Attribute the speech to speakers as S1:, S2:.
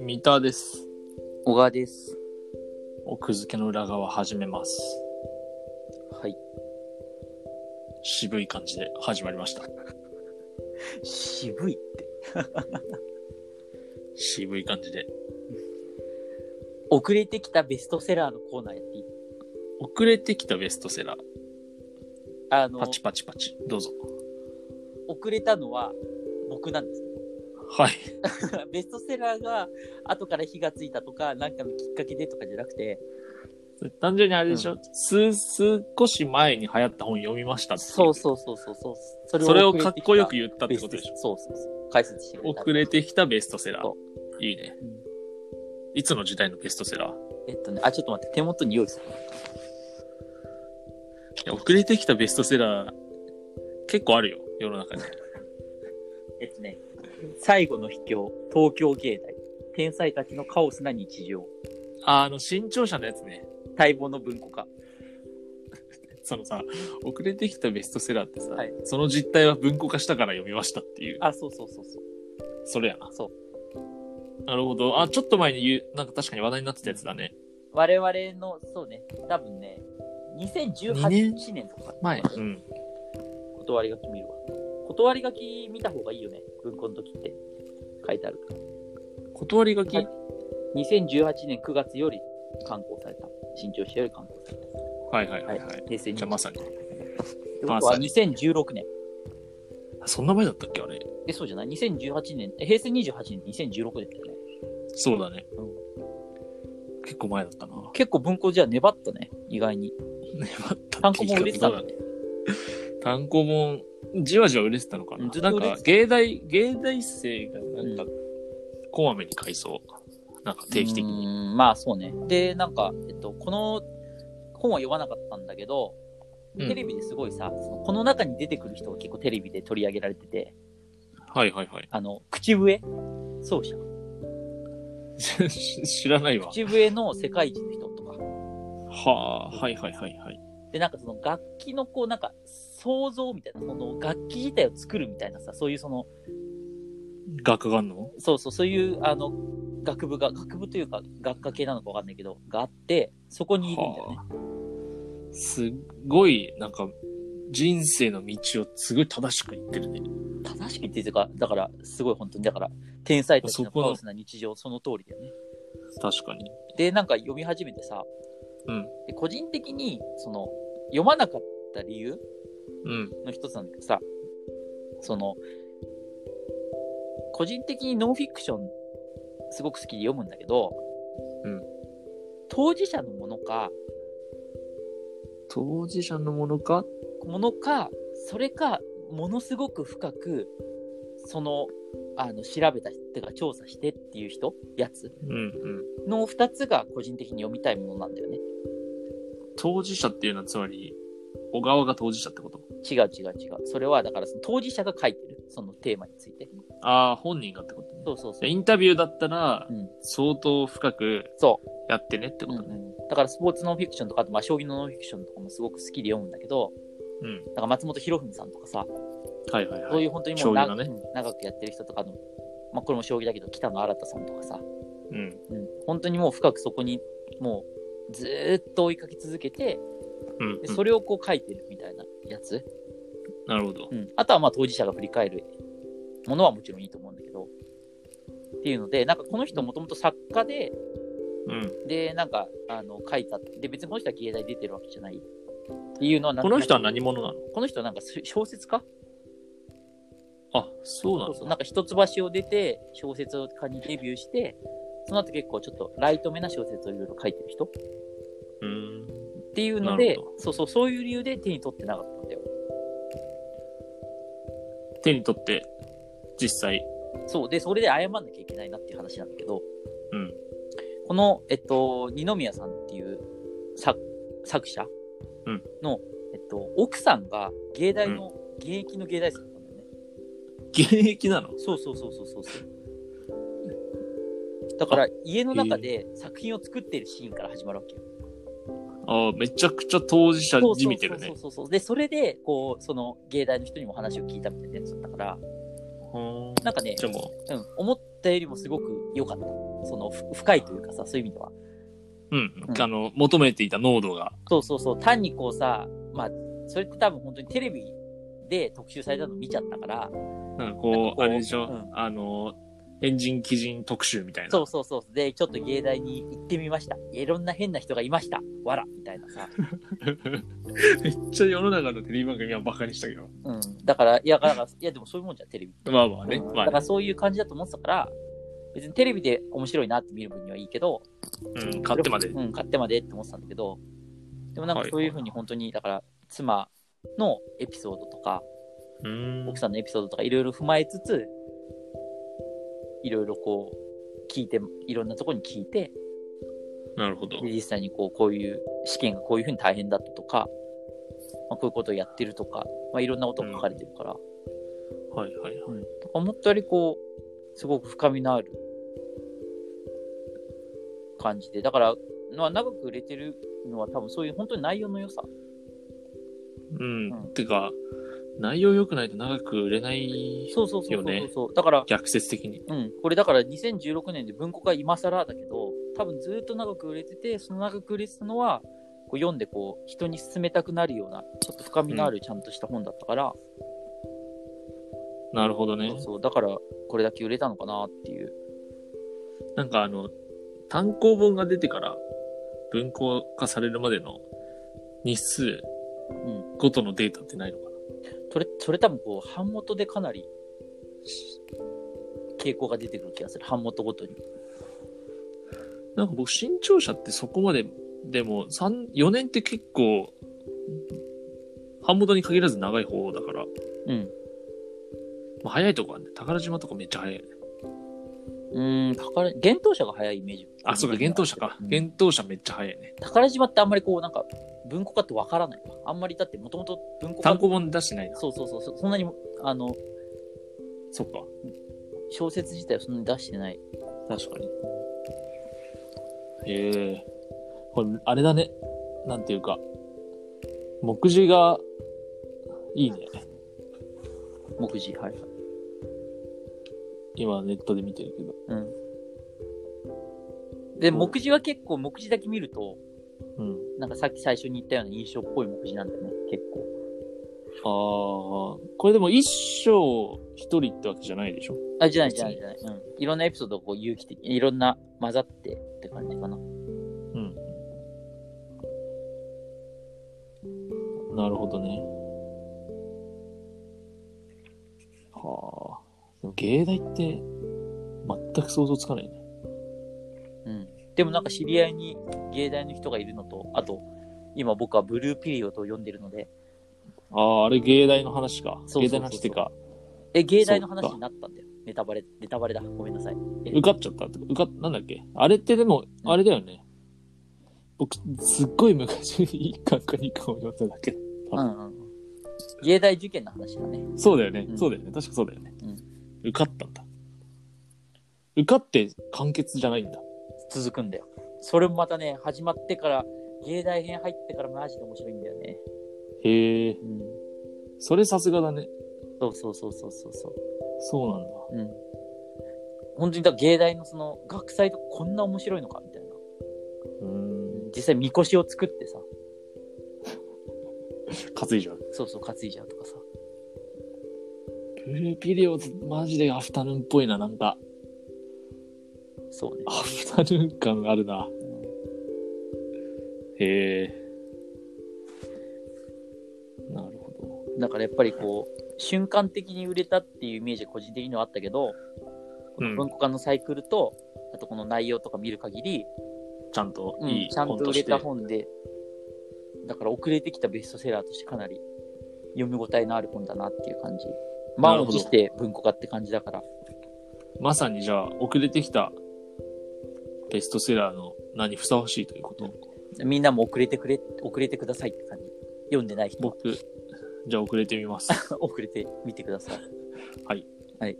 S1: 三田です。
S2: 小川です。
S1: 奥付けの裏側始めます。
S2: はい。
S1: 渋い感じで始まりました。
S2: 渋いって。
S1: 渋い感じで。
S2: 遅れてきたベストセラーのコーナーやっていい
S1: 遅れてきたベストセラー。
S2: あの、
S1: パチ
S2: 遅
S1: パチパチ。どうぞ。
S2: れたのは僕なんです
S1: は
S2: け
S1: い。
S2: ど。ベストセラーが後から火がついたとか、なんかのきっかけでとかじゃなくて、
S1: 単純にあれでしょ、数、数少し前に流行った本読みましたってい
S2: そうそうそうそうそう。そ
S1: それをかっこよく
S2: 言
S1: 言
S2: っ
S1: った
S2: た
S1: ってことでしょ
S2: そうそうそう。解説してくれた
S1: 遅れてきたベストセラー
S2: そ。
S1: いいね
S2: うん。
S1: いつの時代のベストセラーい
S2: えっとね、あ、ちょっと待って、手元に用意する。
S1: や遅れてきたベストセラー、結構あるよ、世の中に。
S2: えっとね、最後の秘境、東京芸大、天才たちのカオスな日常、
S1: ああの、新潮社のやつね。
S2: 待望の文庫化。
S1: そのさ、遅れてきたベストセラーってさ、
S2: はい
S1: その実態は文庫化したから読みましたっていう、
S2: あ、そうそうそうそう。
S1: それやな。。
S2: そう
S1: なるほど。あ、ちょっと前に言う、なんか確かに話題になってたやつだね。
S2: 我々の、そうね、多分ね、2018年とか、
S1: うん。
S2: 断り書き見るわ。断り書き見た方がいいよね、文庫の時って。書いてあるから。
S1: 断り書き、
S2: はい2018年9月より刊行された。新潮社より刊行さ
S1: は
S2: れ
S1: い、はい
S2: た。
S1: はいはい。
S2: 平成に。
S1: じゃあまさに。
S2: ってことは2016年。
S1: あそんな前だったっけあれ。
S2: え、そうじゃない ?2018 年、え平成28年、2016年だよね。
S1: そうだね。
S2: う
S1: 結構前だっ たな。粘
S2: 結構文庫じゃ粘ったね、意外に。
S1: った
S2: 単行本売れてた
S1: のね。単行本、じわじわ売れてたのかな。
S2: うんずっ
S1: な
S2: と
S1: ん
S2: 売れてた
S1: か、芸大、芸大生がなんか、こまめに買いそう。なんか定期的に。
S2: うーんまあそうね。で、なんか、えっと、この本は読まなかったんだけど、
S1: うん
S2: テレビですごいさ、そのこの中に出てくる人が結構テレビで取り上げられてて、
S1: はいはいはい。
S2: あの、口笛奏者。
S1: し知らないわ。
S2: 口笛の世界一の人とか。
S1: はあ、はいはいはいはい。
S2: で、なんかその楽器のこう、なんか想像みたいな、その楽器自体を作るみたいなさ、そういうその、
S1: 学があんの
S2: そうそう、そういう、あの、学部が、学部というか、学科系なのかわかんないけど、があって、そこにいるんだよね。
S1: はあすっごい、なんか、人生の道をすごい正しく言ってるね。
S2: 正しく言ってるというか、だから、すごい本当に、だから、天才たち
S1: そ
S2: のカ
S1: こは
S2: オスな日常、その通りだよね。
S1: 確かに。
S2: で、なんか読み始めてさ、
S1: うん。
S2: で個人的に、その、読まなかった理由
S1: うん。
S2: の一つなんだけどさ、その、個人的にノンフィクション、すごく好きで読むんだけど、
S1: うん
S2: 当事者のものか、
S1: 当事者のものか
S2: ものか、それか、ものすごく深く、その、あの、調べた、ってか、調査してっていう人、やつ
S1: うんうん。
S2: の2つが個人的に読みたいものなんだよね。
S1: 当事者っていうのはつまり、小川が当事者ってこと
S2: 違う違う違う。それはだからその当事者が書いてる、そのテーマについて。
S1: ああ、本人がってことね。
S2: そうそうそう。
S1: インタビューだったら
S2: う、ん、
S1: 相当深く
S2: そ
S1: やってねって
S2: う、
S1: こ
S2: うん
S1: とね。
S2: うんだからスポーツノンフィクションとか、あとまあ将棋のノンフィクションとかもすごく好きで読むんだけど、
S1: うん。
S2: なんか松本博文さんとかさ、
S1: はいはいはい。
S2: そういう本当にもうな
S1: 将棋のね
S2: うん長くやってる人とかの、まあ、これも将棋だけど北野新さんとかさ、
S1: うん。
S2: うん、本当にもう深くそこにもうずーっと追いかけ続けて、
S1: うん
S2: で
S1: うん。
S2: それをこう書いてるみたいなやつ。
S1: なるほど。
S2: うん、あとはまあ当事者が振り返るものはもちろんいいと思うんだけど。っていうので、なんかこの人もともと作家で、
S1: うん。
S2: で、なんかあの書いた。で、別にこの人は芸大出てるわけじゃない。っていうのはなん
S1: こ
S2: か
S1: の人は何者なの
S2: この人はなんかす小説家
S1: あ、そうなの
S2: そうそう。なんか一橋を出て、小説家にデビューして、その後結構ちょっとライトめな小説をいろいろ書いてる人っ
S1: うーん。
S2: ていうの
S1: な
S2: で
S1: るほ、
S2: そうそう、そういう理由で手に取ってなかったんだよ。
S1: 手に取って、実際。
S2: そう。で、それで謝んなきゃいけないなっていう話なんだけど、
S1: うん。
S2: この、えっと、二宮さんっていう作作者
S1: うん
S2: の、えっと、奥さんが芸大の、現役の芸大生だったんだよね。
S1: 現役なの
S2: そうそうそうそうそうそう。だから家の中で作品を作っているシーンから始まるわけよ。
S1: ああ、めちゃくちゃ当事者
S2: そう
S1: じみてるね
S2: そう。そうそうそうでそれでこうその芸大の人にも話を聞いたみたいなやつだったから
S1: はあ
S2: なんかね
S1: じゃあも
S2: うん、思ったよりもすごく良かった。そのふ深いというかさ、そういう意味では。
S1: う、うん、
S2: うん
S1: あの、求めていた濃度が。
S2: そうそうそう、単にこうさ、まあ、それって多分本当にテレビで特集されたの見ちゃったから、
S1: なんかこう、あれでしょ、
S2: うん
S1: あの、変人鬼人特集みたいな。
S2: そうそうそう、で、ちょっと芸大に行ってみました。いろんな変な人がいました。わら、みたいなさ。
S1: めっちゃ世の中のテレビ番組はバカにしたけど。
S2: うん。だから、いや、だから、いや、でもそういうもんじゃん、テレビって。
S1: まあまあね。
S2: うん
S1: ま
S2: だか
S1: あ
S2: らそういう感じだと思ってたから、別にテレビで面白いなって見る分にはいいけど、
S1: ね。うん、買ってまで。
S2: うん、買ってまでって思ってたんだけど、でもなんかそういうふうに本当に、だから、妻のエピソードとか、
S1: うん
S2: 奥さんのエピソードとかいろいろ踏まえつついろいろこう聞いていろんなとこに聞いて
S1: なるほど
S2: で。実際にこうこういう試験がこういうふうに大変だったとか、まあ、こういうことをやってるとか、まあ、いろんなことが書かれてるから、
S1: はいはいはい。
S2: 思ったよりこうすごく深みのある感じでだから、まあ、長く売れてるのは多分そういう本当に内容の良さ
S1: うん。
S2: うん
S1: てか、内容良くないと長く売れない、
S2: そうそうそうそう
S1: よね
S2: そうそう、だから
S1: 逆説的に。
S2: うん、これだから2016年で文庫が今更だけど多分ずっと長く売れててその長く売れてたのはこう読んでこう人に勧めたくなるようなちょっと深みのあるちゃんとした本だったから、
S1: なるほどね。
S2: そうそうだからこれだけ売れたのかなっていう
S1: なんかあの、単行本が出てから文庫化されるまでの日数
S2: ん
S1: ごとのデータってないのかな、
S2: それそれ多分こう版元でかなり傾向が出てくる気がする版元ごとに
S1: なんか僕、新潮社ってそこまで、でも、三4年って結構、版元に限らず長い方だから、
S2: うん
S1: まあ、早いとこはね、宝島とかめっちゃ早いよね。
S2: うん宝幻冬者が早いイメージ
S1: あ、そうか、幻冬者か。
S2: うん
S1: 幻冬者めっちゃ早いね。
S2: 宝島ってあんまりこうなんか文庫化ってわからないわあんまりだってもともと文庫化
S1: 単行本出してないな。
S2: そうそうそうそそんなにあの
S1: そっか。
S2: 小説自体はそんなに出してない。
S1: 確かに。ええこれ、あれだね。なんていうか。目次が、いいね。
S2: 目次、はい。
S1: 今ネットで見てるけど。
S2: うん。で、
S1: うん
S2: 目次は結構、目次だけ見ると、
S1: うん。
S2: なんかさっき最初に言ったような印象っぽい目次なんだよね、結構。
S1: ああ、これでも一章一人ってわけじゃないでしょ
S2: あ、じゃないじゃないじゃない。うん。いろんなエピソードがこう有機的に、いろんな混ざってって感じかな。
S1: うん。なるほどね。はあ。でも芸大って、全く想像つかないね。
S2: うん。でもなんか知り合いに芸大の人がいるのと、あと、今僕はブルーピリオドを読んでるので、
S1: ああ、あれ芸大の話か。
S2: そうそうそうそう
S1: 芸大の話っていうか、
S2: え、芸大の
S1: そっ
S2: 話
S1: か
S2: になったんだよ。ネタバレ、ネタバレだ。ごめんなさい。え
S1: 受かっちゃったって受かっ、なんだっけあれってでも、
S2: うん
S1: あれだよね。僕、すっごい昔、1巻か2巻を読んだだけ。
S2: うんうんうん。芸大受験の話だね。
S1: そうだよね、
S2: うん
S1: そうだよね。確かそうだよね。
S2: うん
S1: 受かったんだ。受かって完結じゃないんだ。
S2: 続くんだよ。それもまたね、始まってから、芸大編入ってからマジで面白いんだよね。
S1: へえ、
S2: うん。
S1: それさすがだね。
S2: そうそうそうそうそうそう。
S1: そうなんだ。
S2: うん。本当にだから芸大のその学祭とかこんな面白いのかみたいな。
S1: うーん。
S2: 実際、みこしを作ってさ、
S1: 担いじゃん。
S2: そうそう担いじゃうとかさ。
S1: ブルーピリオズ、マジでアフタヌーンっぽいな、なんか。
S2: そうね。
S1: アフタヌーン感あるな。へえ。なるほど。
S2: だからやっぱりこう、瞬間的に売れたっていうイメージが個人的にはあったけど、
S1: う
S2: 文
S1: ん、
S2: 庫化のサイクルと、あとこの内容とか見る限り、
S1: ちゃんと
S2: うん
S1: いい
S2: ちゃん
S1: 本
S2: と
S1: と
S2: 売
S1: し
S2: れ
S1: て。
S2: た本で、だから遅れてきたベストセラーとしてかなり読み応えのある本だなっていう感じ。
S1: な
S2: 満
S1: る
S2: を
S1: ほど
S2: 持して文庫化って感じだから。
S1: まさにじゃあ、遅れてきたベストセラーの名にふさわしいということ。
S2: みんなも遅れてくれ、遅れてくださいって感じ。読んでない人は
S1: 僕、じゃあ遅れてみます。
S2: 遅れてみてください。
S1: はい。
S2: はい。